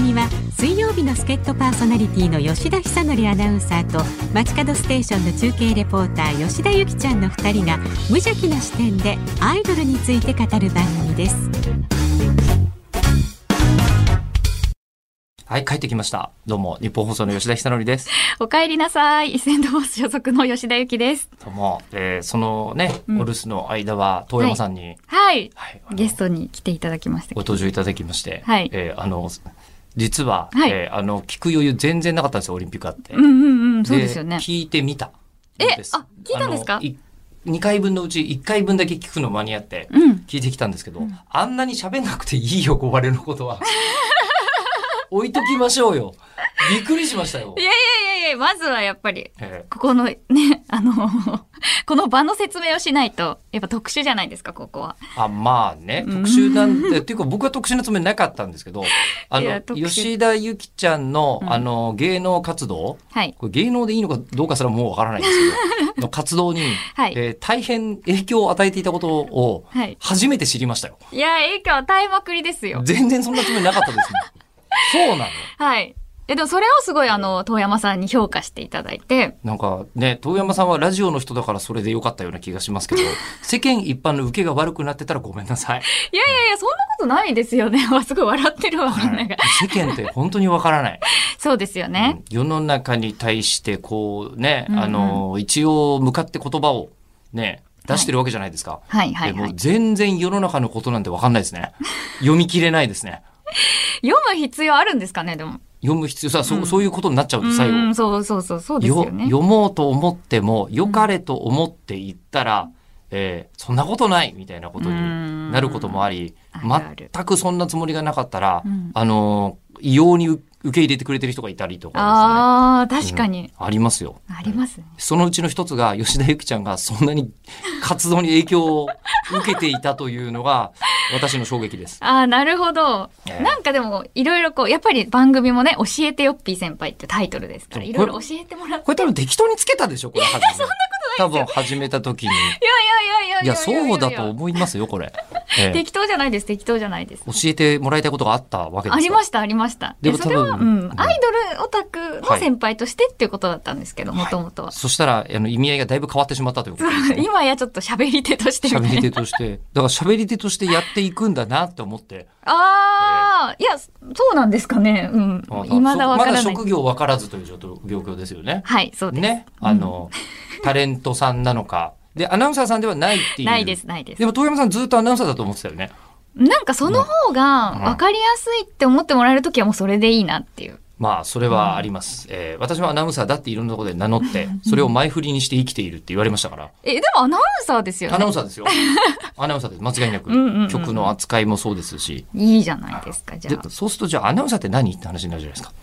水曜日の助っ人パーソナリティの吉田久典アナウンサーと街角ステーションの中継レポーター吉田由紀ちゃんの2人が無邪気な視点でアイドルについて語る番組ですはい、帰ってきました。どうも、日本放送の吉田久則です。お帰りなさい。イセンドボス所属の吉田ゆきです。どうも、えー、そのね、うんお留守の間は、遠山さんに、はい。はい、あのゲストに来ていただきましたごけど。登場いただきまして、はいえーあの、実は、はいえーあの、聞く余裕全然なかったんですよ、オリンピックあって。うんうんうん、そうですよね。聞いてみた。えですあ聞いたんですかあのい二回分のうち一回分だけ聞くの間に合って、うん。聞いてきたんですけど、あんなに喋んなくていいよ、呼ばれることは。置いときましょうよ。びっくりしましたよい。やいやいやいや、まずはやっぱり、えーここのね、 あの、この場の説明をしないと、やっぱ特殊じゃないですか、ここは。あまあねうん特集なん てっていうか僕は特集のつもりなかったんですけどあいやの特集吉田ゆきちゃんの,、うんあの芸能活動はい。これ芸能でいいのかどうかすらもうわからないんです けどの活動に、はいえー大変影響を与えていたことをはい。初めて知りましたよ。いや、影響与えまくりですよ。全然そんなつもりなかったです ね。そうなのはい。え、でもそれをすごい、あの、遠山さんに評価していただいて、なんかね、遠山さんはラジオの人だからそれでよかったような気がし ますけど、世間一般の受けが悪くなってたらごめんなさい。いやいやいや、そんなことないですよね。わ すごい笑ってるわ、みんなが。世間って本当にわからない。そうですよね。うん世の中に対してこうね、うんうんあの一応向かって言葉をね出してるわけじゃないですか、はいはいではも。いう全然世の中のことなんて分かんないです ね読み切れないですね読む必要あるんですかね、でも。読む必要さ、そううんそういうことになっちゃうんです最後、うん、そうそうそう、そうですよよね。読もうと思っても良かれと思って言ったら、えーそんなことないみたいなことになることもありうんあるある全くそんなつもりがなかったら、うんあの異様に受け入れてくれてる人がいたりとかああ、ですね確かに、うんありますよありますね。そのうちの一つが吉田ゆきちゃんがそんなに活動に影響を受けていたというのが私の衝撃 です。ああ、なるほど。ええなんかでも、いろいろこう、やっぱり番組もね、教えてよっぴー先輩ってタイトルですから、そういろいろ教えてもらって。これ多分適当につけたでしょこれ初め。そんなことない多分始めた時に。 いやいやいやいやいや、そうだとう。思いますよ、これ。ええ適当じゃないです、適当じゃないです。教えてもらいたいことがあったわけですかありました、ありました。でもいやそれは、多う分んう、んアイドルオタクの先輩としてっていうことだったんですけど、はいもともとは。そしたら、あの、意味合いがだいぶ変わってしまったということですね。 今やちょっと喋り手としてみたいな 喋り手として。だから喋り手としてやっていくんだなって思って。ああ、いや、そうなんですかね。うん。あいまだわからまだない。職業わからずという状況ですよね。はい、そうです。ね、あの、タレントさんなのか。で、アナウンサーさんではないっていう。ないです、ないです。でも、遠山さんずっとアナウンサーだと思ってたよね。なんかその方がうん分かりやすいって思ってもらえるときはもうそれでいいなっていう。まあ、それはあります。えー私もアナウンサーだっていろんなところで名乗って、それを前振りにして生きているって言われましたから。え、でもアナウンサーですよアナウね。ンサーですよ。 アナウンサーです。間違いなく。うんうんうん曲の扱いもそうですし。いいじゃないですか、じゃであ。そうすると、じゃあアナウンサーって何って話になるじゃないですか。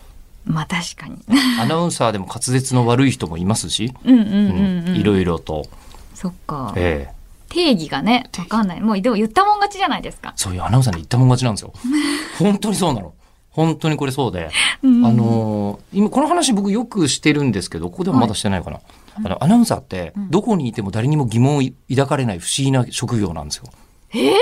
まあ確かに。アナウンサーでも滑舌の悪い人もいますし、うんうん ううんうん。いろいろと、そっか。えー定義がね、分かんない。もうでも言ったもん勝ちじゃないですか。そういうアナウンサーに言ったもん勝ちなんですよ。 本当にそうなの。本当にこれそうで。うんあのー今この話僕よくしてるんですけどここでもまだしてないかな、あのアナウンサーってどこにいても誰にも疑問を抱かれない不思議な職業なんですよ。え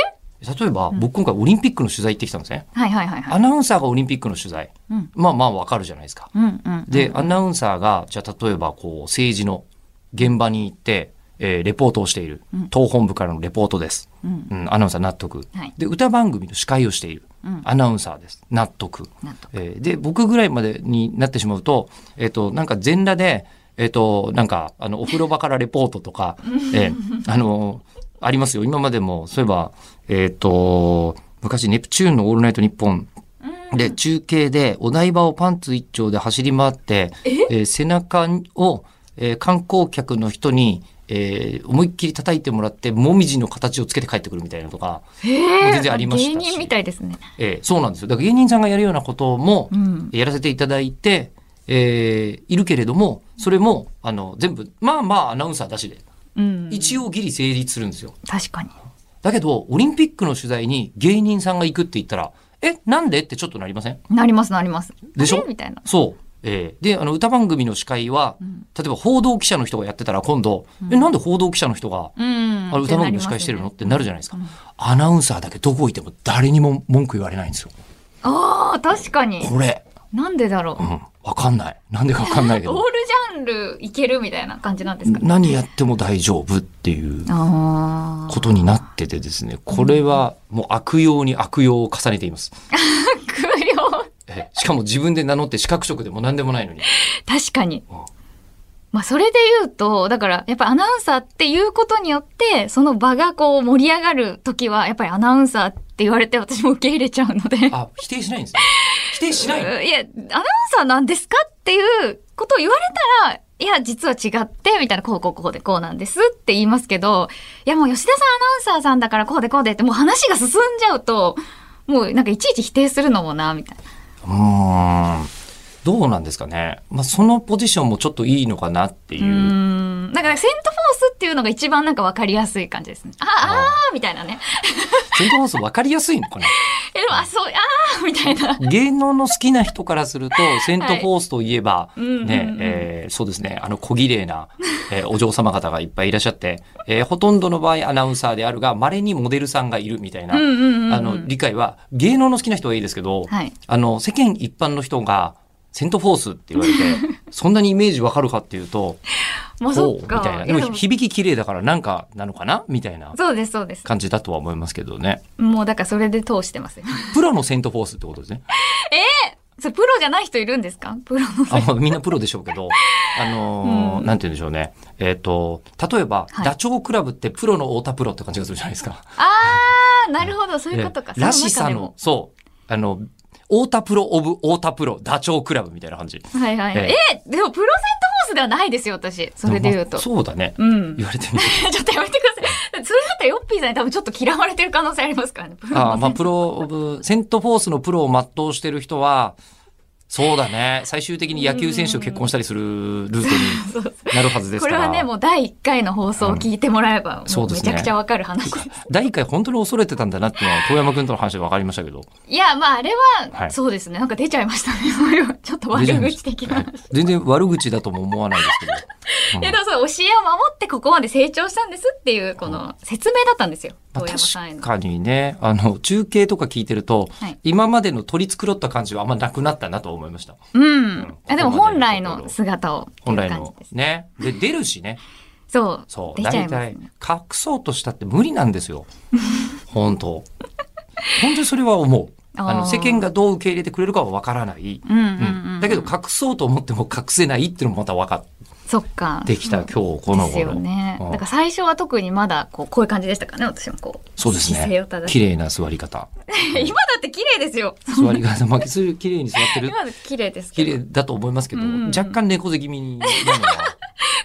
例えば、僕今回オリンピックの取材行ってきたんですね。はいはいはいはアい。ナウンサーがオリンピックの取材、うんまあまあわかるじゃないですか。うんうん。で、アナウンサーがじゃあ例えばこう政治の現場に行って、えーレポートをしている、党本部からのレポートです。うんうん、アナウンサー納得、はいで歌番組の司会をしている、うんアナウンサーです納得納得えーで僕ぐらいまでになってしまうと,、えっとなんか全裸で、えっとなんかあのお風呂場からレポートとか、えーあのありますよ今までもそういえば、えっと昔「ネプチューンのオールナイトニッポン」で中継でお台場をパンツ一丁で走り回って、えー背中を、えー観光客の人に、えー思いっきり叩いてもらってもみじの形をつけて帰ってくるみたいなのとか、へえ全然ありましたし芸人みたいですね。えーそうなんですよだから芸人さんがやるようなこともうん。やらせていただいて、えーいるけれどもそれもあの全部まあまあアナウンサーだしでうん。一応ギリ成立するんですよ。確かに。だけどオリンピックの取材に芸人さんが行くって言ったら「えなんで?」ってちょっとなりませんなりますなります。でしょあれみたいな。そう。えーで、あの、歌番組の司会は、例えば報道記者の人がやってたら今度、え、なんで報道記者の人が、うん。あれ歌番組の司会してるのってなるじゃないですか。アナウンサーだけどこいても誰にも文句言われないんですよ。ああ、確かに。これ、なんでだろうう。ん、わかんない。なんでかわかんないけ オーど、ルジャンルいけるみたいな感じなんですかね。何やっても大丈夫っていうああ。ことになっててですね、これはもう悪用に悪用を重ねています。 悪用。えしかも自分で名乗って視覚職でも何でもないのに。確かにうん。まあ、それで言うと、だから、やっぱアナウンサーっていうことによって、その場がこう盛り上がる時は、やっぱりアナウンサーって言われて私も受け入れちゃうの で。あ、否定しないんですね。否定しないのいや、アナウンサーなんですかっていうことを言われたら、いや、実は違って、みたいな、こうこうこうでこうなんですって言いますけど、いや、もう吉田さんアナウンサーさんだからこうでこうでって、もう話が進んじゃうと、もうなんかいちいち否定するのもな、みたいな。うーん。どうなんですかね。まあ、そのポジションもちょっといいのかなっていうう。ん。なんかセントフォースっていうのが一番なんかわかりやすい感じですね。ああー、みたいなね。全国放送分かりやすいのかなえ、でも、あ、そう、あー、みたいな。芸能の好きな人からすると、セントフォースといえば、いうんうんうんね、えーそうですね、あの小綺麗な、えーお嬢様方がいっぱいいらっしゃって、えーほとんどの場合アナウンサーであるが、稀にモデルさんがいるみたいな、うんうんうんうんあの、理解は、芸能の好きな人はいいですけど、はいあの、世間一般の人が、セントフォースって言 われて、そんなにイメージわかるかっていうと、まあ、そおっうみか。たいな。いでやもでも響き綺麗だからなんかなのかなみたいなそうです、そうです。感じだとは思いますけどね。もうだからそれで通してますよ。 プロのセントフォースってことですね。それプロじゃない人いるんですかプロの。あまあみんなプロでしょうけど、あのーうんなんて言うんでしょうね。えっ、と、例えば、はいダチョウ倶楽部ってプロの太田プロって感じがするじゃないですか。あー、なるほど、そういうことか。えーらしさそ中でのも、そう、あの、太田プロオブ太田プロ、ダチョウ倶楽部みたいな感じ。はいはいはい。ええでもプロセントフォースではないですよ、私。それで言うと。まあそうだね。うん。 ち言われてみる。ょっとやめてください。それだったらヨッピーさんに多分ちょっと嫌われてる可能性ありますからね。プロあーまあ、のプロオブ、セントフォースのプロを全うしてる人は、そうだね。最終的に野球選手と結婚したりするルート そうそうになるはずですこかれら。はね、もう第1回の放送を聞いてもらえば、そうもうでめすちねゃくちゃわかる話 です。第一回本当に恐れてたんだなっていうのは、遠山くんとの話で分かりましたけど。いや、まああれはは、いそうですね。なんか出ちゃいましたね。そういう、ちょっと悪口的な。全然悪口だとも思わないですけど。うんいや、でもそれ教えを守ってここまで成長したんですっていう、この説明だったんですよ。まあ遠山さんへ確の。かにね、あの、中継とか聞いてると、はい今までの取り繕った感じはあんまなくなったなと思いました。うん。あでもここまで本来の姿を。本来っていうの感じです。ね。で、出るしね。そう。そう。出ちゃ大います体、ね。隠そうとしたって無理なんです よ。本当。本当にそれは思う。ああの、ー世間がどう受け入れてくれるかはわからない。うんうんううんん。だけど、隠そうと思っても隠せないっていうのもまた分かそっかっ。てきた、今日このですよ頃。ね。うんだから最初は特にまだこうこういう感じでしたからね、私もこう。そうです姿勢ねを正。し綺て。麗な座り方。今だって綺麗ですよ。座り方、まあ、する綺麗に座 ってる今。だって綺麗ですけ綺ど。麗だと思いますけど、うん若干猫背気味になるのは、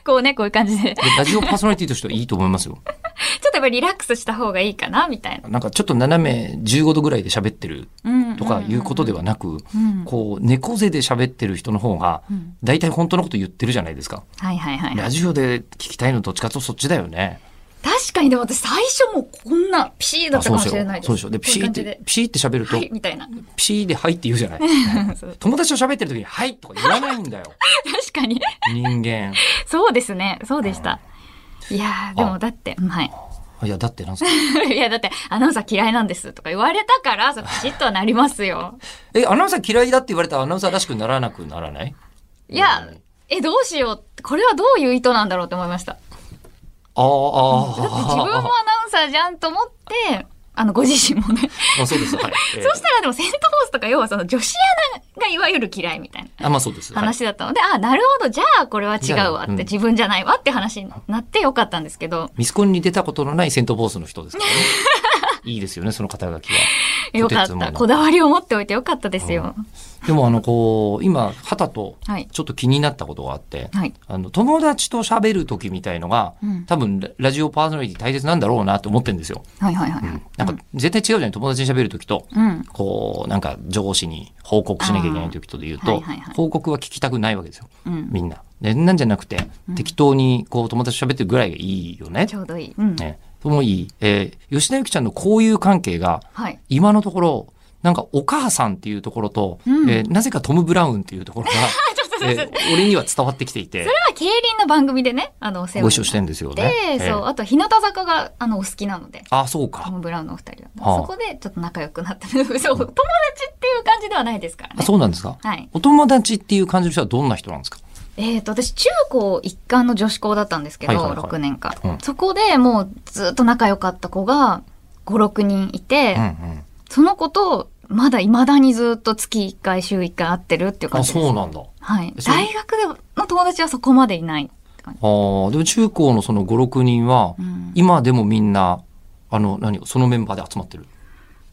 こうね、こういう感じで。 ちょでラジオパーソナリティとしてはいいと思いますよ。っとやっぱりリラックスした方がいいかな、みたいな。なんかちょっと斜め15度ぐらいで喋ってるうんとかいうことではなく、うんこう、猫背で喋ってる人の方が、うん大体本当のこと言ってるじゃないですか。はいはいはい。ラジオで聞きたいのどっちかというとそっちだよね。確かにでも私最初もうこんなピシーだあったそかうもでしすれよない。です。そうでしょ。で、こうピいうシー感っじてで、。ピシーって喋るとは、い、みたいな。 ピシーではいって言うじゃない。そう友達と喋ってる時に、はいとか言わないん だよ。確かに。人間。そうですね。そうでした。いやー、でもだって、うんはい。 いや、だってなんすか。いや、だって、アナウンサー嫌いなんですとか言われたから、そうピシッとはなりま すよ。え、アナウンサー嫌いだって言われたらアナウンサーらしくならなくならないいや、え、どうしよう。これはどういう意図なんだろうって思いました。ああ、ああ。自分もアナウンサーじゃんと思って、あの、ご自身もね。あそうです。はい。えー そしたらでも、セントフォースとか、要はその女子アナがいわゆる嫌いみたいな。あ、まあそうです。はい話だったので、あ、なるほど、じゃあこれは違うわって、うん自分じゃないわって話になってよかったんですけど、ミスコンに出たことのないセントボースの人ですからね。 いいですよね、その肩書きは。よかとてつっもなた。いこだわりを持っておいてよかったですよ。でもあの、こう、今、旗とはい、ちょっと気になったことがあって、はい。あの、友達と喋る時みたいのが、うん多分ラ、ラジオパーソナリティ大切なんだろうなと思ってるんですよ。はいはいはい。なんか、絶対違うじゃない、友達に喋る時と、うん。こう、なんか、上司に報告しなきゃいけない時とで言うあーはといはいはい、報告は聞きたくないわけですよ。うん。みんな。でなんじゃなくて、適当に、こう、友達と喋ってるぐらいがいいよねち。ょうどいい。うん。ね。ともいい。えー吉田ゆきちゃんの交友関係が、はい。今のところ、なんかお母さんっていうところと、うんえーなぜかトム・ブラウンっていうところが、 ちょっとえ俺には伝わってきていてそれ、は競輪の番組でね、あの、お世ご話一緒にしてんですよなね。って、ええそう、あと、日向坂が、あの、お好きなので、あ、そうトか。ム・ブラウンのお二人は。はあそこで、ちょっと仲良くなった。 そう、友達っていう感じではないですからあね。そうなんですか。はい。お友達っていう感じの人はどんな人なんですかえっ、と、私、中高一貫の女子校だったんですけはど、いはいはい6年間、うんそこでもう、ずっと仲良かった子が、5、6人いて、うんうん。その子と、まだ未だにずっと月1回、週1回会ってるっていう感あ、じです。そうなんだ。はい。そう大学での友達はそこまでいないって感じ。あーでも中高のその5、6人は、うん今でもみんな、あの、何、そのメンバーで集まってる。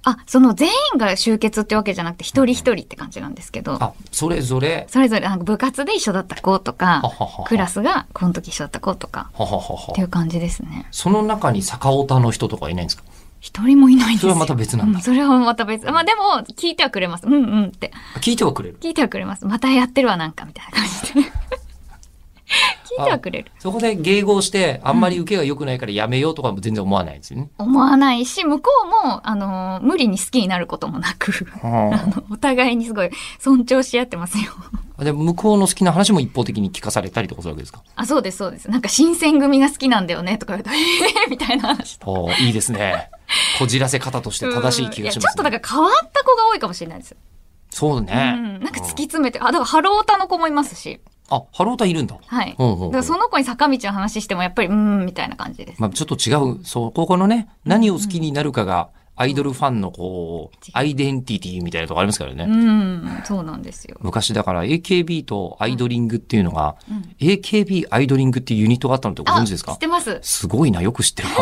あ、その全員が集結ってわけじゃなくて、一人一人って感じなんですけど、あ、それぞれ、それぞれなんか部活で一緒だった子とはか、ははは。クラスがこの時一緒だった子とか、はははっていは。う感じですね。その中に坂尾田の人とかいないんですか一人もいないんですそれよ。はまた別なんだうそれはまた別。まあでも、聞いてはくれます。うんうんって。聞いてはくれる。聞いてはくれます。またやってるわ、なんか、みたいな感じで。 聞いてはくれる。そこで迎合して、あんまり受けが良くないからやめようとかも全然思わないですよね。思わないし、向こうも、あのー無理に好きになることもなく、 あのお互いにすごい尊重し合ってますよ。あで向こうの好きな話も一方的に聞かされたりとかするわけですか。あ、そうです、そうです。なんか新選組が好きなんだよね、とか言うと、ええ みたいな話。おーいいですね。こじらせ方として正しい気がしうんいやます、ね。ちょっとだから変わった子が多いかもしれないです。そううん。ね。なんか突き詰めて、あ、だからハロータの子もいますし、あ、ハロータいるんだ。はい。ほうほうほうだからその子に坂道の話しても、やっぱり、うーん、みたいな感じです。まあ、ちょっと違う、そう、ここのね、何を好きになるかが、アイドルファンのこう、アイデンティティみたいなとこありますからね。うん、そうなんですよ。昔だから AKB とアイドリングっていうのが、うん AKB アイドリングっていうユニットがあったのってご存知ですあ知かってます。すごいな、よく知ってるわ。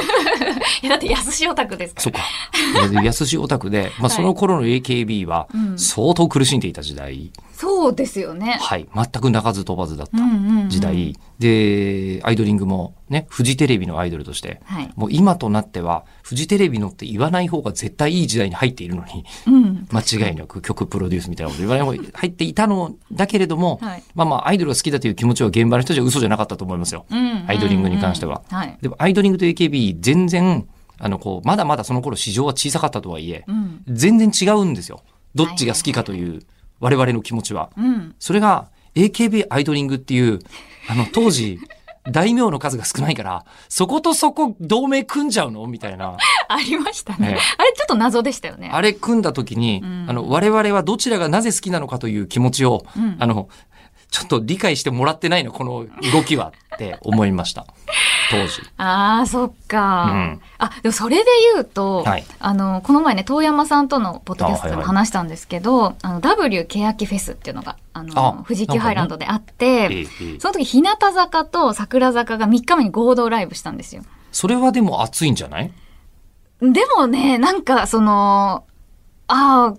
いや、だって安しオタクですかそっか。で安しオタク で、まあ、その頃の AKB はうん相当苦しんでいた時代、ら。そうですよね。はい、全く鳴かず飛ばずだっうんたうんうん時代、。で、アイドリングもね、フジテレビのアイドルとして、はい。もう今となっては、フジテレビのって言わない方が絶対いい時代に入っているの に、うん。間違いなく曲プロデュースみたいなこと言わない方が入っていたのだけれども、はいまあまあアイドルが好きだという気持ちは現場の人じゃ嘘じゃなかったと思いますよ。うんアイドリングに関しては。うんうんはい。でもアイドリングと AKB 全然、あのこう、まだまだその頃市場は小さかったとはいえう、ん。全然違うんですよ。どっちが好きかという我々の気持ちは。うん。それが AKB アイドリングっていう、あの当時、 大名の数が少ないから、そことそこ同盟組んじゃうのみたいな。ありましたね。ええあれちょっと謎でしたよね。あれ組んだ時に、うんあの、我々はどちらがなぜ好きなのかという気持ちを、うんあの、ちょっと理解してもらってないの、この動きはって思いました。当時。ああ、そっか、うんあ、でもそれで言うと、はいあの、この前ね、遠山さんとのポッドキャストあはでいもはい話したんですけど、あ,、の、W 欅フェスっていうのが、あの、あ富士急ハイランドであって、ええええその時、日向坂と桜坂が3日目に合同ライブしたんですよ。それはでも熱いんじゃないでもね、なんか、その、ああ、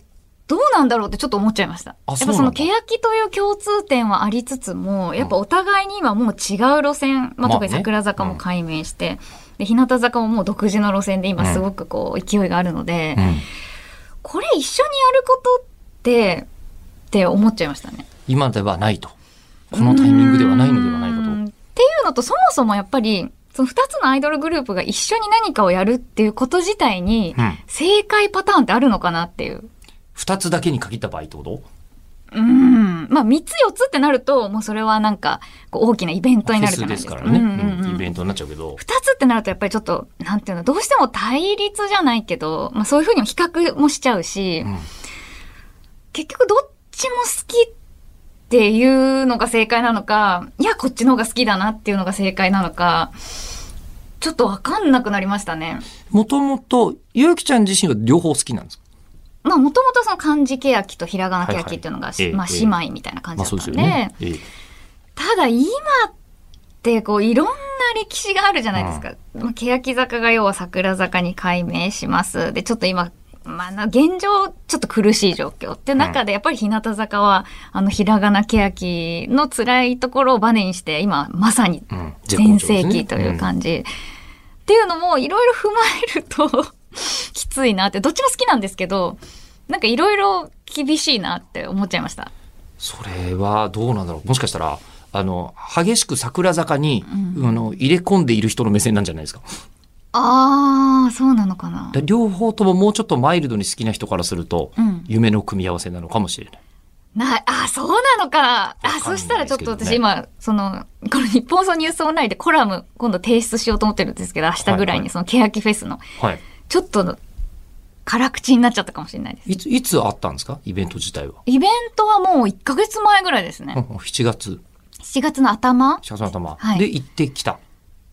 どうなんだろうってちょっと思っちゃいました。あやっそうなぱんそだの、欅という共通点はありつつも、やっぱお互いに今もう違う路線、ままああ、ね特に桜坂も解明して、で、日向坂ももう独自の路線で今すごくこう、勢いがあるので、うんこれ一緒にやることって、って思っちゃいましたね。今ではないと。このタイミングではないのではないうかんっていうのと、そもそもやっぱり、その2つのアイドルグループが一緒に何かをやるっていうこと自体に、と。うん。正解パターンってあるのかなっていう。二つだけに限った場合ってことうん。まあ、3つ4つってなると、もうそれはなんか、こう大きなイベントになるじフゃェスないでからですすか。ね。うんうんうんイうんベントになっちゃうけど。二つってなるとやっぱりちょっと、なんていうの、どうしても対立じゃないけど、まあそういうふうにも比較もしちゃうし、うん結局どっちも好きっていうのが正解なのか、いや、こっちの方が好きだなっていうのが正解なのか、ちょっとわかんなくなりましたね。もともと、ゆうきちゃん自身は両方好きなんですかまあもともとその漢字欅とひらがなはいはい欅っていうのが、ええまええあ姉妹みたいな感じまあだそうっですたんよで、ね。ええただ今ってこういろんな歴史があるじゃないですか。まあ、欅坂が要は桜坂に改名します。で、ちょっと今、まあな、現状ちょっと苦しい状況っていう中で、やっぱり日向坂は、あの、ひらがな欅の辛いところをバネにして、今まさにうん絶好調全ですね盛期という感じ。っていうのもいろいろ踏まえると きついなって、どっちも好きなんですけど、なんかいろいろ厳しいなって思っちゃいました。それはどうなんだろう。もしかしたら、あの、激しく桜坂に、あの、入れ込んでいる人の目線なんじゃないですか。あー、そうなのかな。で両方とももうちょっとマイルドに好きな人からすると、うん夢の組み合わせなのかもしれない。ない、あ、そうなのか。わかんないあ、そしたらちょっとですけ私ど今、その、この日本総ニュースオンラインでコラム、今度提出しようと思ってるんですけど、明日ぐらいはいはいにその、ケヤキフェスの、はい。ちょっと、辛口になっちゃったかもしれないです。いつ、いつあったんですかイベント自体は。イベントはもう1ヶ月前ぐらいですうんね。 7月。 7月の頭7月の頭。はいで、行ってきた。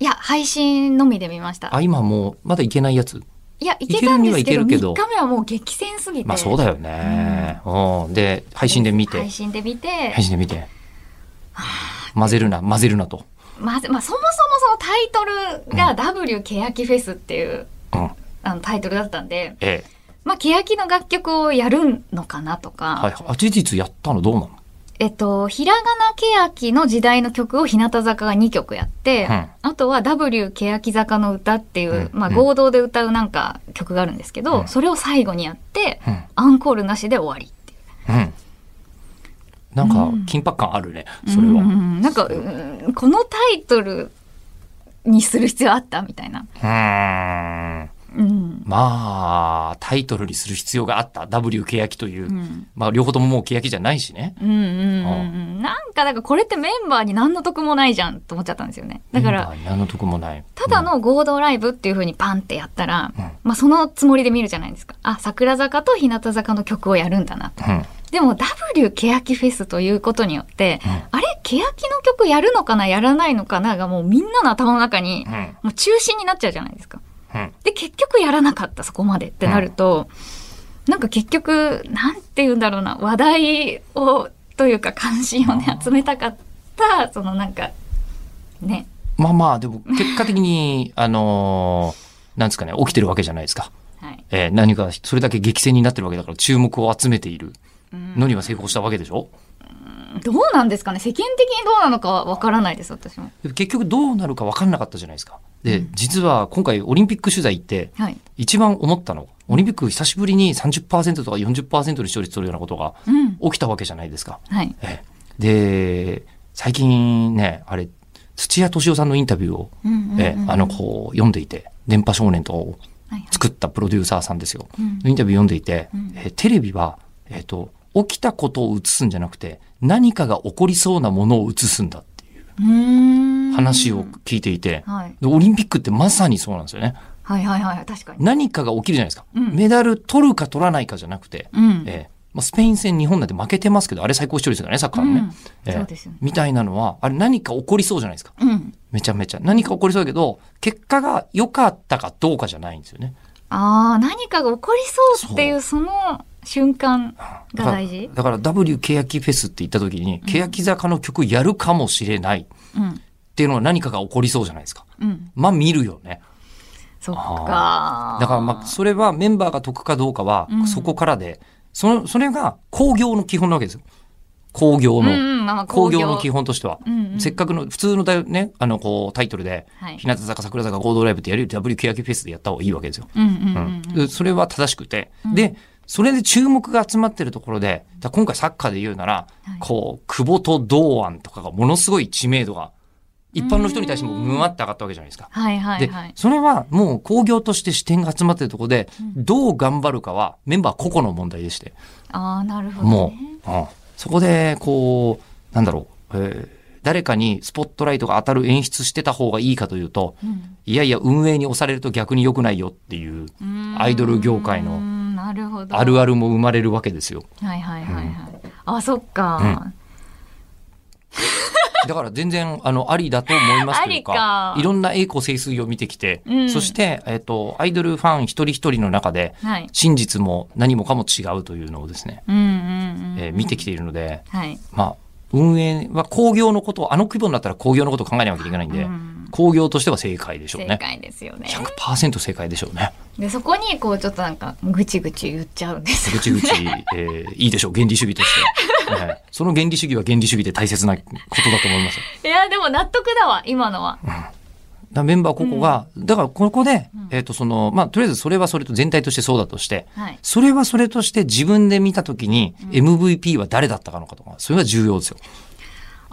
いや、配信のみで見ました。あ、今もう、まだ行けないやつ。いや、行けたんですけど、いけるにはいけ3るけど日目はもう激戦すぎて。まあそうだよね。うん。で、配信で見て配。信で見て配、信で見て。混ぜるな、混ぜるなと。まず、まあそもそもそのタイトルが W ケヤキフェスっていう、うん。あのタイトルだったんで、ええ。まあ、ケヤキの楽曲をやるのかなとか、はい。あ、事実やったのどうなのえっと、ひらがなケヤキの時代の曲を日向坂が2曲やって、うんあとは W ケヤキ坂の歌っていう、うんまあ、うん合同で歌うなんか曲があるんですけど、うんそれを最後にやって、うん。アンコールなしで終わりっていう。うん。なんかうん緊迫感あるね、それは。ううんうんん。うんなんか、うんこのタイトルにする必要あったみたいな。まうん。あ、タイトルにする必要があった。W ケヤキという。うん。まあ、両方とももうケヤキじゃないしね。うんうんうんうん。なんか、だからこれってメンバーに何の得もないじゃんと思っちゃったんですよね。だからメン、バーに何の得もない。ただの合同ライブっていう風にパンってやったら、うんまあそのつもりで見るじゃないですか。あ、桜坂と日向坂の曲をやるんだなと。うん。うん。でも W ケヤキフェスということによって、あれケヤキの曲やるのかなやらないのかながもうみんなの頭の中にう、ん。もう中心になっちゃうじゃないですか。うん。で、結局やらなかった、そこまでってなると、なんか結局、なんて言うんだろうな、話題を、というか関心をね、集めたかった、そのなんか、ね。まあまあ、でも結果的に、あのーなんですかね、起きてるわけじゃないですか。はい。えー何か、それだけ激戦になってるわけだから、注目を集めているうんのには成功したわけでしょ、どうなんですかね世間的にどうなのかわからないです、私も。でも結局どうなるか分かんなかったじゃないですか。で、うん実は今回オリンピック取材行って、はい。一番思ったの、オリンピック久しぶりに30%とか40%の視聴率取るようなことがうん。起きたわけじゃないですか。はい。ええで、最近ね、あれ、土屋敏夫さんのインタビューを、うんうんうんええあの、こう、読んでいて、電波少年とはいはい作ったプロデューサーさんですよ。うんインタビュー読んでいて、うんえーテレビは、えっ、と、起きたことを映すんじゃなくて、何かが起こりそうなものを映すんだっていううーん話を聞いていて、はい。でオリンピックってまさにそうなんですよね。はいはいはい。確かに。何かが起きるじゃないですか。うんメダル取るか取らないかじゃなくて、うん。えーまあ、スペイン戦日本なんて負けてますけど、あれ最高視聴率だからね、サッカーのね。うんえーそうですよねみたいなのは、あれ何か起こりそうじゃないですか。うん。めちゃめちゃ。何か起こりそうだけど、結果が良かったかどうかじゃないんですよね。ああ、何かが起こりそうっていう、その瞬間が大事だからだから W ケヤキフェスって言った時に、ケヤキ坂の曲やるかもしれないっうん。ていうのは何かが起こりそうじゃないですか。うん。まあ見るよね。そっかあ。だからまあそれはメンバーが得かどうかはうんそこからで、そのそれが工業の基本なわけですよ。工業うんの、うんまあまあ工業の基本。本としては。うんうんせっかくの普通のだね、あのこうタイトルで、はい日向坂桜坂合同ライブってやるより W ケヤキフェスでやった方がいいわけですよ。うんうんううんんでそれは正しくて、でそれで注目が集まってるところでだから今回サッカーで言うなら、はいこう久保と堂安とかがものすごい知名度が一般の人に対してもむわって上がったわけじゃないですか。はいはいで、はい。それはもう興行として視点が集まってるところで、どう頑張るかはメンバー個々の問題でして、ああ、なるほどね。もう、うんそこでこうなんだろう、えー誰かにスポットライトが当たる演出してた方がいいかというと、うんいやいや運営に押されると逆に良くないよっていううーんアイドル業界のなるほど。あるあるも生まれるわけですよ。はいはいはいはい。あ、そっか。だから全然、あの、ありだと思いますというか、ありかいろんな栄光盛衰を見てきて、うんそして、えっ、と、アイドルファン一人一人の中で、はい。真実も何もかも違うというのをですね、うんうんうん。えー見てきているので、はい。まあ、運営は工業のことを、あの規模になったら工業のことを考えなきゃいけないんで、うん工業としては正解でしょう正ね。解ですよね。 100%正解でしょうね。で、そこに、こう、ちょっとなんか、ぐちぐち言っちゃうんですぐよ。ちぐち、えーいいでしょう、原理主義として、はいその原理主義は原理主義で大切なことだと思います。 いや、でも納得だわ、今のは。だからメンバーここが、だからここで、えっ、とその、まあ、とりあえずそれはそれと全体としてそうだとして、はい。それはそれとして自分で見たときに MVP は誰だったかのかとか、それは重要ですよ。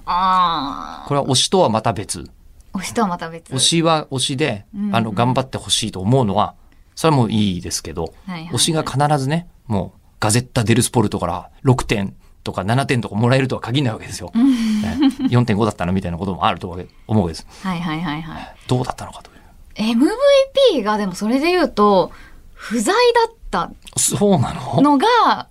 あこれは推しとはまた別。ー。推しとはまた別。推しは推しで、うんあの、頑張ってほしいと思うのは、それはもういいですけど、はいはいはい推しが必ずね、もうガゼッタ・デルスポルトから6点とか7点とかもらえるとは限らないわけですよ。ね4.5だったなみたいなこともあると思うわけです。はいはいはいはい。どうだったのかという。 MVP がでもそれで言うと、不在だったそうなののが、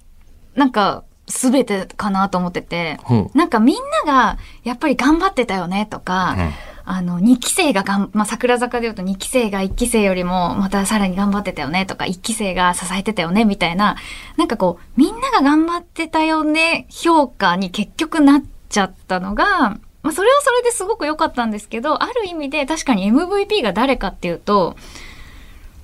なんか、すべてかなと思ってて、うんなんかみんなが、やっぱり頑張ってたよねとか、うんあの、2期生ががん、まあ、桜坂で言うと2期生が1期生よりも、またさらに頑張ってたよねとか、1期生が支えてたよねみたいな、なんかこう、みんなが頑張ってたよね評価に結局なっちゃったのが、まあ、それはそれですごく良かったんですけど、ある意味で確かに MVP が誰かっていうと、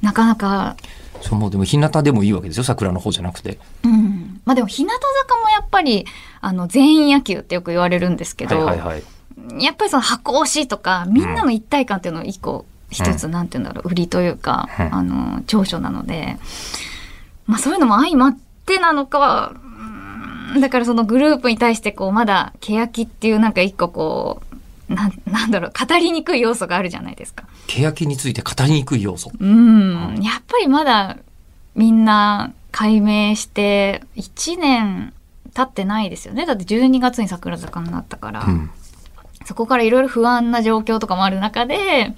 なかなかそうもうでも日向でもいいわけですよ桜の方じゃなくて。うん、まあでも日向坂もやっぱりあの全員野球ってよく言われるんですけど、はいはいはい。やっぱりその箱推しとかみんなの一体感っていうのを一個一つなんて言うんだろう、売りというか、うんあの長所なので、まあ、そういうのも相まってなのかはうんだからそのグループに対してこうまだ欅っていうなんか一個こうなんなんだろう語りにくい要素があるじゃないですか。欅について語りにくい要素。うん、やっぱりまだみんな解明して1年経ってないですよね。だって12月に桜坂になったから、うん。そこからいろいろ不安な状況とかもある中で、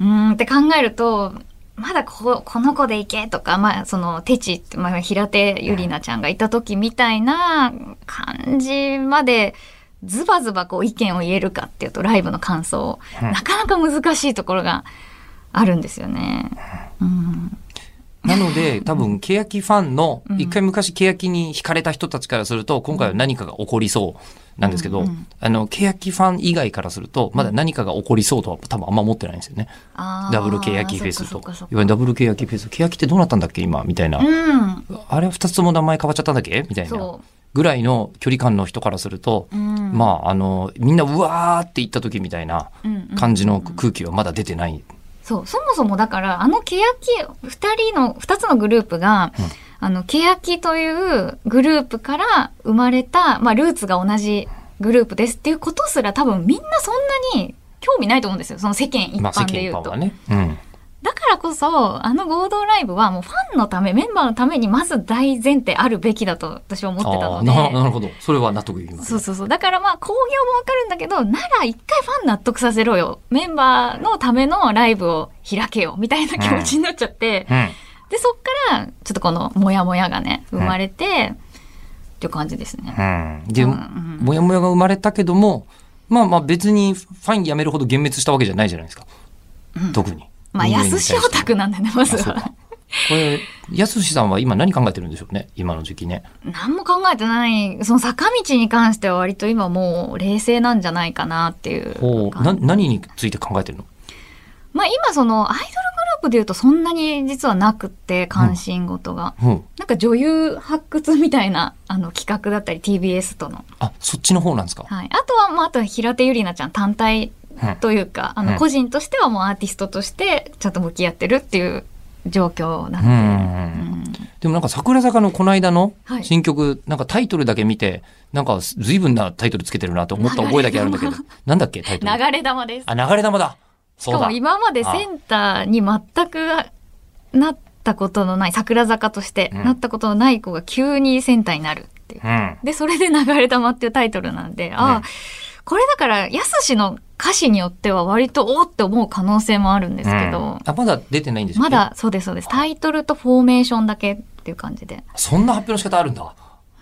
うーんって考えると、まだここの子でいけとか、まあその手ちって、まあ、平手ゆりなちゃんがいた時みたいな感じまで、ズバズバこう意見を言えるかっていうとライブの感想、うんなかなか難しいところがあるんですよね。うん、なので、多分、欅ファンのう、ん一回昔欅に惹かれた人たちからすると、今回は何かが起こりそうなんですけうどんうん、あの、欅ファン以外からすると、まだ何かが起こりそうとは多分あんま思ってないんですよね。あーダブル欅フェスそとっかか。いわそっかそっかゆるダブル欅フェス。欅ってどうなったんだっけ今みたいな。うん、あれ二つとも名前変わっちゃったんだっけみたいなそ。ぐらいの距離感の人からすると、う。うん、まあ、あの、みんなうわーって言った時みたいなうんうん感じの空気はまだ出てない。そう、そもそもだから、あの、欅、二人の、二つのグループが、あの、欅というグループから生まれた、まあ、ルーツが同じグループですっていうことすら多分みんなそんなに興味ないと思うんですよ。その世間一まあ、世般間で一言う般と。はね。うん。だからこそ、あの合同ライブはもうファンのため、メンバーのためにまず大前提あるべきだと私は思ってたあのあー、ななで。るほど。それは納得いきますそう。そうそう。だからまあ、興行もわかるんだけど、なら一回ファン納得させろよ。メンバーのためのライブを開けよ。みたいな気持ちになっちゃって。うん。で、そっから、ちょっとこの、モヤモヤがね、生まれて、っていう感じですね。うん、で、うんうんもやもやが生まれたけども、まあまあ別にファン辞めるほど幻滅したわけじゃないじゃないですか。特に。まあ、人間に安対ししてオタクなんだね、まずあそうはか。これ、やすしさんは今何考えてるんでしょうね。今の時期ね。何も考えてない、その坂道に関しては割と今もう冷静なんじゃないかなっていうほう、な、感じ。何について考えてるのまあ、今その、アイドルグループで言うとそんなに実はなくって、関心事が。うん。なんか女優発掘みたいな、あの、企画だったり、TBS との。あ、そっちの方なんですか。はい。あとは、まあ、あとは平手友梨奈ちゃん単体うんというか、あうのん個人としてはもうアーティストとしてちゃんと向き合ってるっていう状況なうんんで。うんでもなんか桜坂のこの間のはい新曲、なんかタイトルだけ見て、なんか随分なタイトルつけてるなと思った覚えだけあるんだけど、なんだっけタイトル。流れ玉です。あ、流れ玉だ。しそかうだも。今までセンターに全くなったことのない、桜坂としてうんなったことのない子が急にセンターになるっていう。うん。で、それで流れ玉っていうタイトルなんで、ああ、これだから、やすしの歌詞によっては割とおーって思う可能性もあるんですけうんど、あまだ出てないんですまだそうですそうです。タイトルとフォーメーションだけっていう感じで。そんな発表の仕方あるんだ、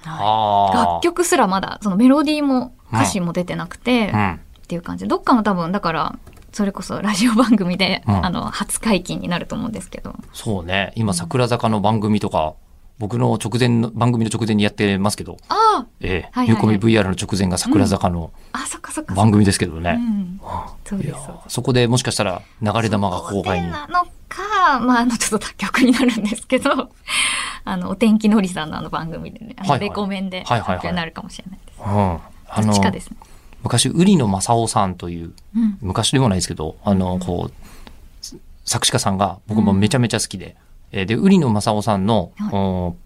あー楽曲すらまだそのメロディーも歌詞も出てなくて、うん、っていう感じでどっかの多分だからそれこそラジオ番組で、うんあの初解禁になると思うんですけどそうね今桜坂の番組とか僕の直前の番組の直前にやってますけどあええはいはいはいゆうこみ VR の直前が桜坂のああそっかそっかそっ番か、組ですけどうね、ん、そういでやすそうですーそこでもしかしたら流れ玉がお公手開になのか、まあ、あの、ちょっと他局になるんですけど、 あの、お天気のりさんのあの番組でね、あのはいはいレコメンではい発はいはい表になるかもしれないです。うんあどっのちかですね。昔瓜野正夫さんといううん。昔でもないですけど、あの、こう、作詞家さんが僕もめちゃめちゃ好きで、えーで、瓜野正夫さんの、はいお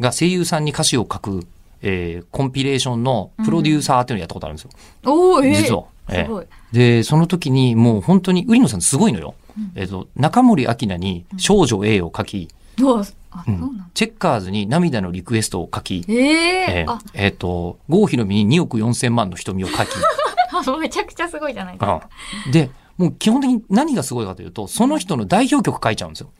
ーが声優さんに歌詞を書く、えーコンピレーションのプロデューサーっていうのをやったことあるんですよ。おおええ実は。ええすごい。で、その時にもう本当に、瓜野さんすごいのよ。えっ、と、中森明菜に少女 A を書き、うわあ、うそうんなんだ。チェッカーズに涙のリクエストを書き、えええーあ、 えーと、郷ひろみに2億4千万の瞳を書き、めちゃくちゃすごいじゃないですあか。で、もう基本的に何がすごいかというと、その人の代表曲書いちゃうんですよ。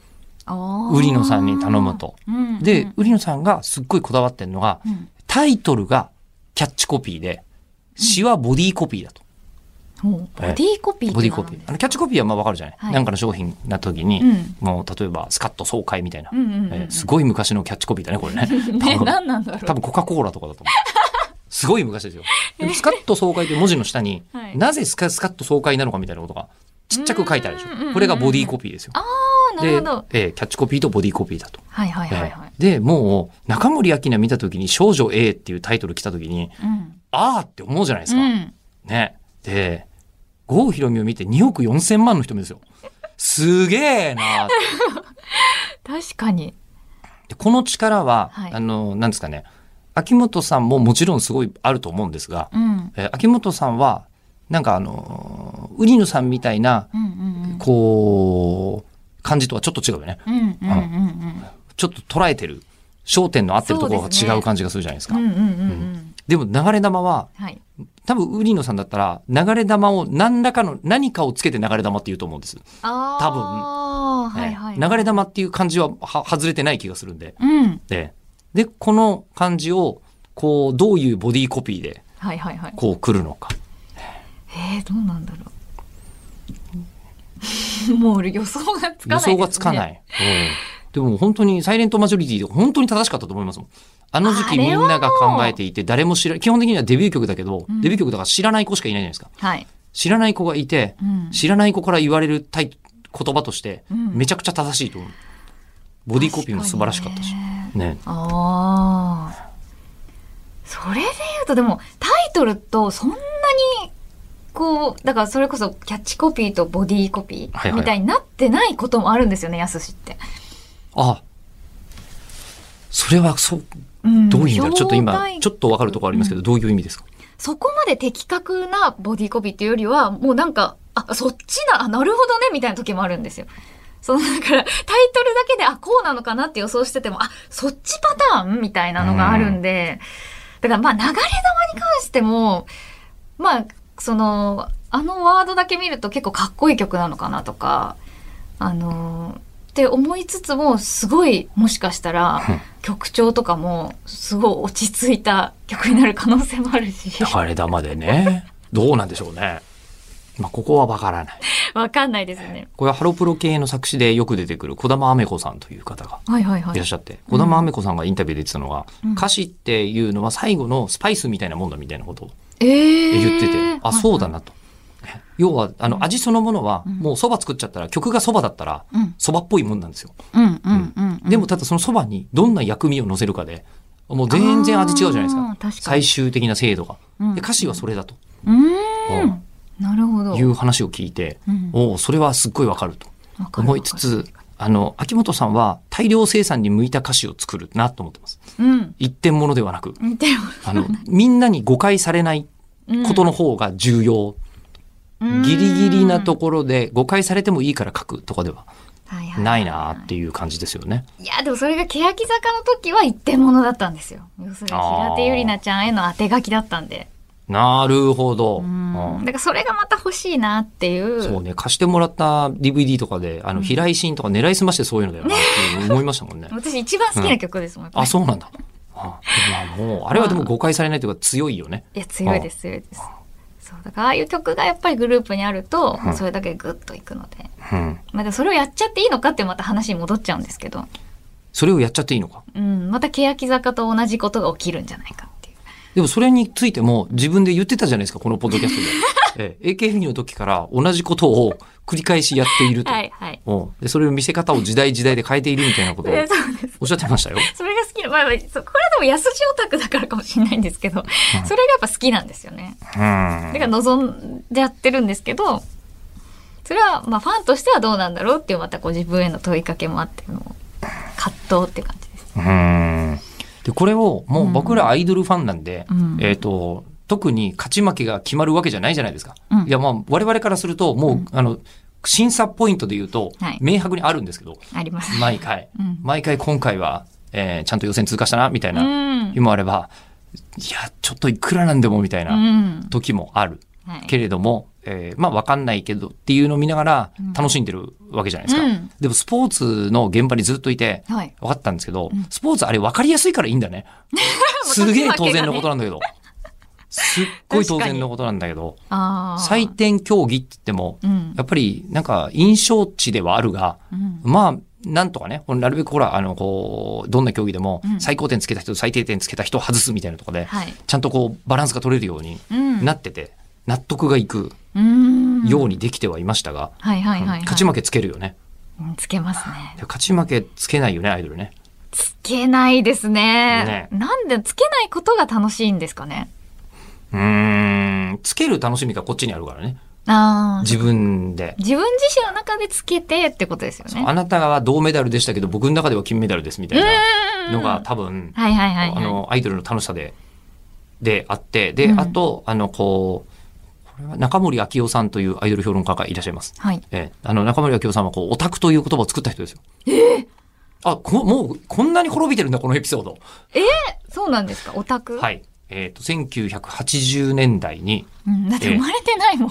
売売野さんに頼むと。うんで、売野さんがすっごいこだわってるのが、うんタイトルがキャッチコピーで、詩はボディーコピーだと。うんもうボディーコピーボディーコピー。あのキャッチコピーはまあわかるじゃない、はいなんかの商品な時に、うんもう例えばスカッと爽快みたいな、うんうんうんえーすごい昔のキャッチコピーだね、これね。ー ね、多分何なんだろう。多分コカ・コーラとかだと 思う。すごい昔ですよ。でもスカッと爽快という文字の下に、はいなぜスカスカッと爽快なのかみたいなことがちっちゃく書いてあるでしうんうんうんうょ。んこれがボディーコピーですよ。あーなるほど。で、えーキャッチコピーとボディーコピーだと。はいはいはいはいえ。ーで、もう、中森明菜見た時に少女 A っていうタイトル来た時に、うん。あーって思うじゃないですうか。ん。ね。で、郷ひろみを見て2億4千万の人目ですよ。すげえなーって確かに。でこの力は、はいあの、なんですかね、秋元さんももちろんすごいあると思うんですが、うん。えー秋元さんは、なんかあのー、ウリノさんみたいな、うんうんこう、感じとはちょっと違うよね。うん。うんうんうんちょっと捉えてる、焦点の合ってるところがそうですね違う感じがするじゃないですうか。ん。うんうんうんうん。でも流れ玉は、はい。多分ウリノさんだったら、流れ玉を何らかの何かをつけて流れ玉って言うと思うんです。あ多分あーはいはい。えー流れ玉っていう感じはは外れてない気がするんで。うん。で、で、この感じを、こう、どういうボディコピーで、はいはいはい。こう来るのか。えー、どうなんだろう。 もう俺予想がつかない、。予想がつかないい。うんでも本当に、サイレントマジョリティで本当に正しかったと思いますもん。あの時期あみれんはもうなが考えていて、誰も知ら、基本的にはデビュー曲だけど、うんデビュー曲だから知らない子しかいないじゃないですか。はい。知らない子がいて、うん。知らない子から言われるタイ言葉として、うんめちゃくちゃ正しいと思う。ボディコピーも素晴らしかったし確。にねね。ああ。それで言うと、でも、タイトルとそんなに、こう、だからそれこそキャッチコピーとボディーコピはいーはいみたいになってないこともあるんですよね、やすしって。あ、それは、そう、うんどういう意味だろうちょっと今表、題ちょっとわかるところありますけど、どういう意味ですかそこまで的確なボディーコピーっていうよりは、もうなんか、あ、そっちな、あ、なるほどね、みたいな時もあるんですよ。その、だから、タイトルだけで、あ、こうなのかなって予想してても、あ、そっちパターンみたいなのがあるんで、だからまあ、流れ玉に関しても、まあ、その、あのワードだけ見ると結構かっこいい曲なのかなとか、あのーって思いつつも、すごい、もしかしたらうん、曲調とかも、すごい落ち着いた曲になる可能性もあるし。流れ玉でね。どうなんでしょうね。まあ、ここはわからない。わかんないですね。これはハロプロ系の作詞でよく出てくる小玉アメ子さんという方がはいはいはいいらっしゃって、小玉アメ子さんがインタビューで言ってたのが、うん歌詞っていうのは最後のスパイスみたいなもんだみたいなことをえー言ってて、あ、そうだな。なと。要は、あの、味そのものは、うんもう蕎麦作っちゃったら、曲が蕎麦だったら、うん、蕎麦っぽいもんなんですよ。うん、うん、うん。でも、ただその蕎麦にどんな薬味を乗せるかで、もう全然味違うじゃないですあか。ー確かに最終的な精度が。うんで歌詞はそれだとうーん。なるほど。いう話を聞いて、うんおおそれはすっごいわかるとわかる思いつつ、あの、秋元さんは大量生産に向いた歌詞を作るなと思ってます。うん。一点物ではなく、見てよ。あの、みんなに誤解されないことの方が重要。うんギリギリなところで誤解されてもいいから書くとかでははいはいないなっていう感じですよね。いや、でもそれが欅坂の時は一点物だったんですよ。要するに平手友梨奈ちゃんへの当て書きだったんで。なるほど。うん。うだんからそれがまた欲しいなっていう。そうね、貸してもらった DVD とかで、あの、平井心とか狙いすましてそういうのだよなって思いましたもんね。私一番好きな曲ですもん。やっぱりあ、そうなんだ。あ、でもまあもう、あれはでも誤解されないというか強いよね。いや強いです強いです。そうだからああいう曲がやっぱりグループにあると、それだけグッといくので。うん。まあ、でもそれをやっちゃっていいのかってまた話に戻っちゃうんですけど、それをやっちゃっていいのか。うん、また欅坂と同じことが起きるんじゃないかっていう。でもそれについても自分で言ってたじゃないですか、このポッドキャス トで。ええ AKB の時から同じことを繰り返しやっていると。はいはい。うんでそれを見せ方を時代時代で変えているみたいなことをえそうです。おっしゃってましたよ。それが好きな、まあまあ、そうこれはでも安しオタクだからかもしれないんですけど、それがやっぱ好きなんですよね。うんだから望んでやってるんですけど、それはまあファンとしてはどうなんだろうっていうまたこう自分への問いかけもあっての葛藤っていう感じです。うんで、これをもう僕らアイドルファンなんで、うんえっ、と、特に勝ち負けが決まるわけじゃないじゃないですか。うんいや、まあ、我々からすると、もう、あの、審査ポイントで言うとはい、明白にあるんですけど、あります。毎回うん、毎回今回は、えーちゃんと予選通過したな、みたいうな、ん。。日もあれば、いや、ちょっといくらなんでも、みたいうなん時もある。はいけれども、えーまあ分かんないけどっていうのを見ながらうん楽しんでるわけじゃないですか。うんでもスポーツの現場にずっといてはい。分かったんですけど、うんスポーツあれ分かりやすいからいいんだ ね。すげえ当然のことなんだけど。すっごい当然のことなんだけど、ああ。採点競技って言っても、うん。やっぱりなんか印象値ではあるが、うん。まあ、なんとかね、ほんなるべくほら、あの、こう、どんな競技でもうん最高点つけた人と最低点つけた人を外すみたいなとこで、はい。ちゃんとこう、バランスが取れるようにうん。なってて、納得がいくうん。ようにできてはいましたが、はいはいはいはい。勝ち負けつけるよね。うんつけますね。で勝ち負けつけないよね、アイドルね。つけないですねね。なんでつけないことが楽しいんですかね。うーん、つける楽しみがこっちにあるからね。ああ。自分で。自分自身の中でつけてってことですよね。あなたは銅メダルでしたけど、僕の中では金メダルですみたいうなんのが多分、はいはいはい、あはい。の、アイドルの楽しさで、であって、で、うんあと、あの、こう、これは中森明夫さんというアイドル評論家がいらっしゃいます。はい。ええ、あの、中森明夫さんはこう、オタクという言葉を作った人ですよ。あ、こ、もう、こんなに滅びてるんだ、このエピソード。そうなんですか、オタク。はい。えっ、と、1980年代に、うん、だってええ生まれてないもん。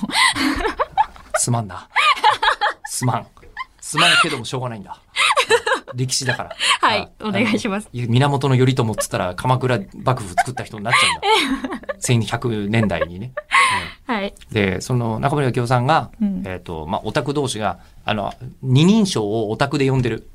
すまん な。すまん。すまんけどもしょうがないんだ。歴史だから。 はいあお願いします。あのや源頼朝っつったら鎌倉幕府作った人になっちゃうんだ。1100年代 にね。はい。うんで、その中森明夫さんが、うんえっ、と、まあ、オタク同士が、あの、二人称をオタクで呼んでる。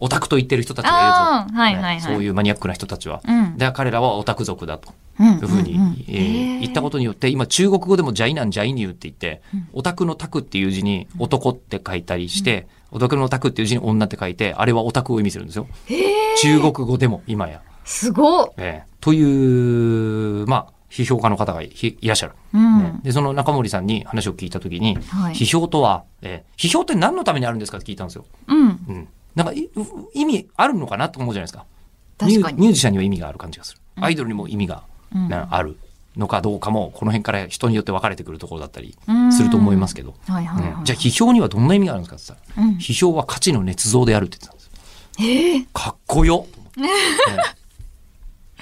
オタクと言ってる人たちがああ、はいいるはいぞ。はい。そういうマニアックな人たちは。うん。で、彼らはオタク族だと。うん、というふうに、んんえー言ったことによって、今中国語でもジャイナンジャイニューって言って、オタクのタクっていう字に男って書いたりして、オタクのタクっていう字に女って書いて、あれはオタクを意味するんですよ。えー中国語でも今や。すごっ。えーという、まあ、批評家の方がいいらっしゃる、うん。ねで、その中森さんに話を聞いたときに、はい批評とは、えー批評って何のためにあるんですかって聞いたんですよ。うん。うん。なんか、いう意味あるのかなと思うじゃないですか。ミュ確かーに。ミュージシャンには意味がある感じがする。アイドルにも意味がうんなあるのかどうかも、この辺から人によって分かれてくるところだったりすると思いますけど。はいはいはい。うんじゃあ批評にはどんな意味があるんですかって言ったら、うん批評は価値の捏造であるって言ってたんですよ。かっこよと思 ってええ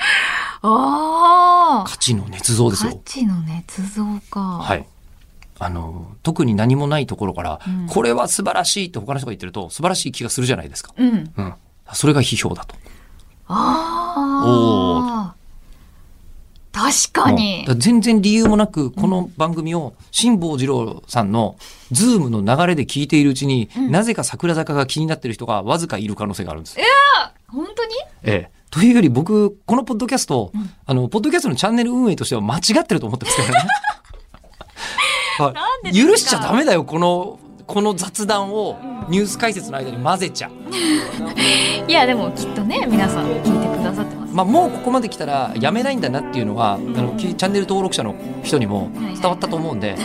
ああ。価値の捏造です価よ。値の捏造か。。はいい。あの、特に何もないところから、うんこれは素晴らしいって他の人が言ってると、素晴らしい気がするじゃないですか。うん。うん。それが批評だと。ああ。確かうんにだか。ら全然理由もなく、この番組を辛坊治郎さんのズームの流れで聞いているうちに、んなぜか桜坂が気になってる人がわずかいる可能性があるんです。え本当にえというより僕、このポッドキャスト、あの、ポッドキャストのチャンネル運営としては間違ってると思ってますからね。 はなんでいですか許しちゃダメだよ、この、この雑談をニュース解説の間に混ぜちゃ。いやでもきっとね皆さん聞いてくださってます。まあ、もうここまで来たらやめないんだなっていうのは、あのきチャンネル登録者の人にも伝わったと思うんで、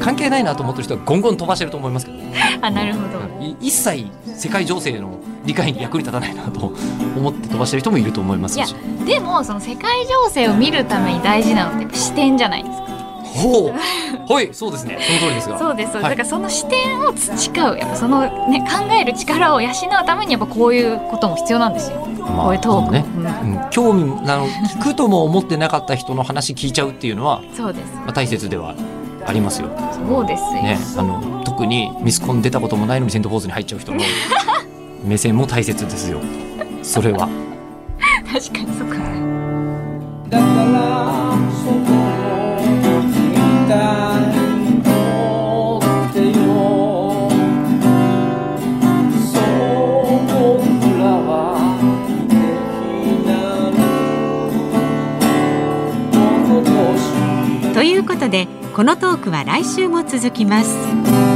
関係ないなと思ってる人はゴンゴン飛ばしてると思いますけど、あなるほど。い一切世界情勢の理解に役に立たないなと思って飛ばしてる人もいると思いますいやしでもその世界情勢を見るために大事なのってやっぱ視点じゃないですか。ほうほいそうですねその通りですがそうですそはうです。だいからその視点を培うやっぱそのね考える力を養うためにやっぱこういうことも必要なんですよ。まあこういうトークねね。うん興味あの聞くとも思ってなかった人の話聞いちゃうっていうのは、うんそうです。まあ、大切ではありますよ。そうですよ。ね、あの特にミスコン出たこともないのにセントフォーズに入っちゃう人の 目線も大切ですよそれは確かにそうか。だから外をみたいに乗ってよそう僕らはできないものとしということでこのトークは来週も続きます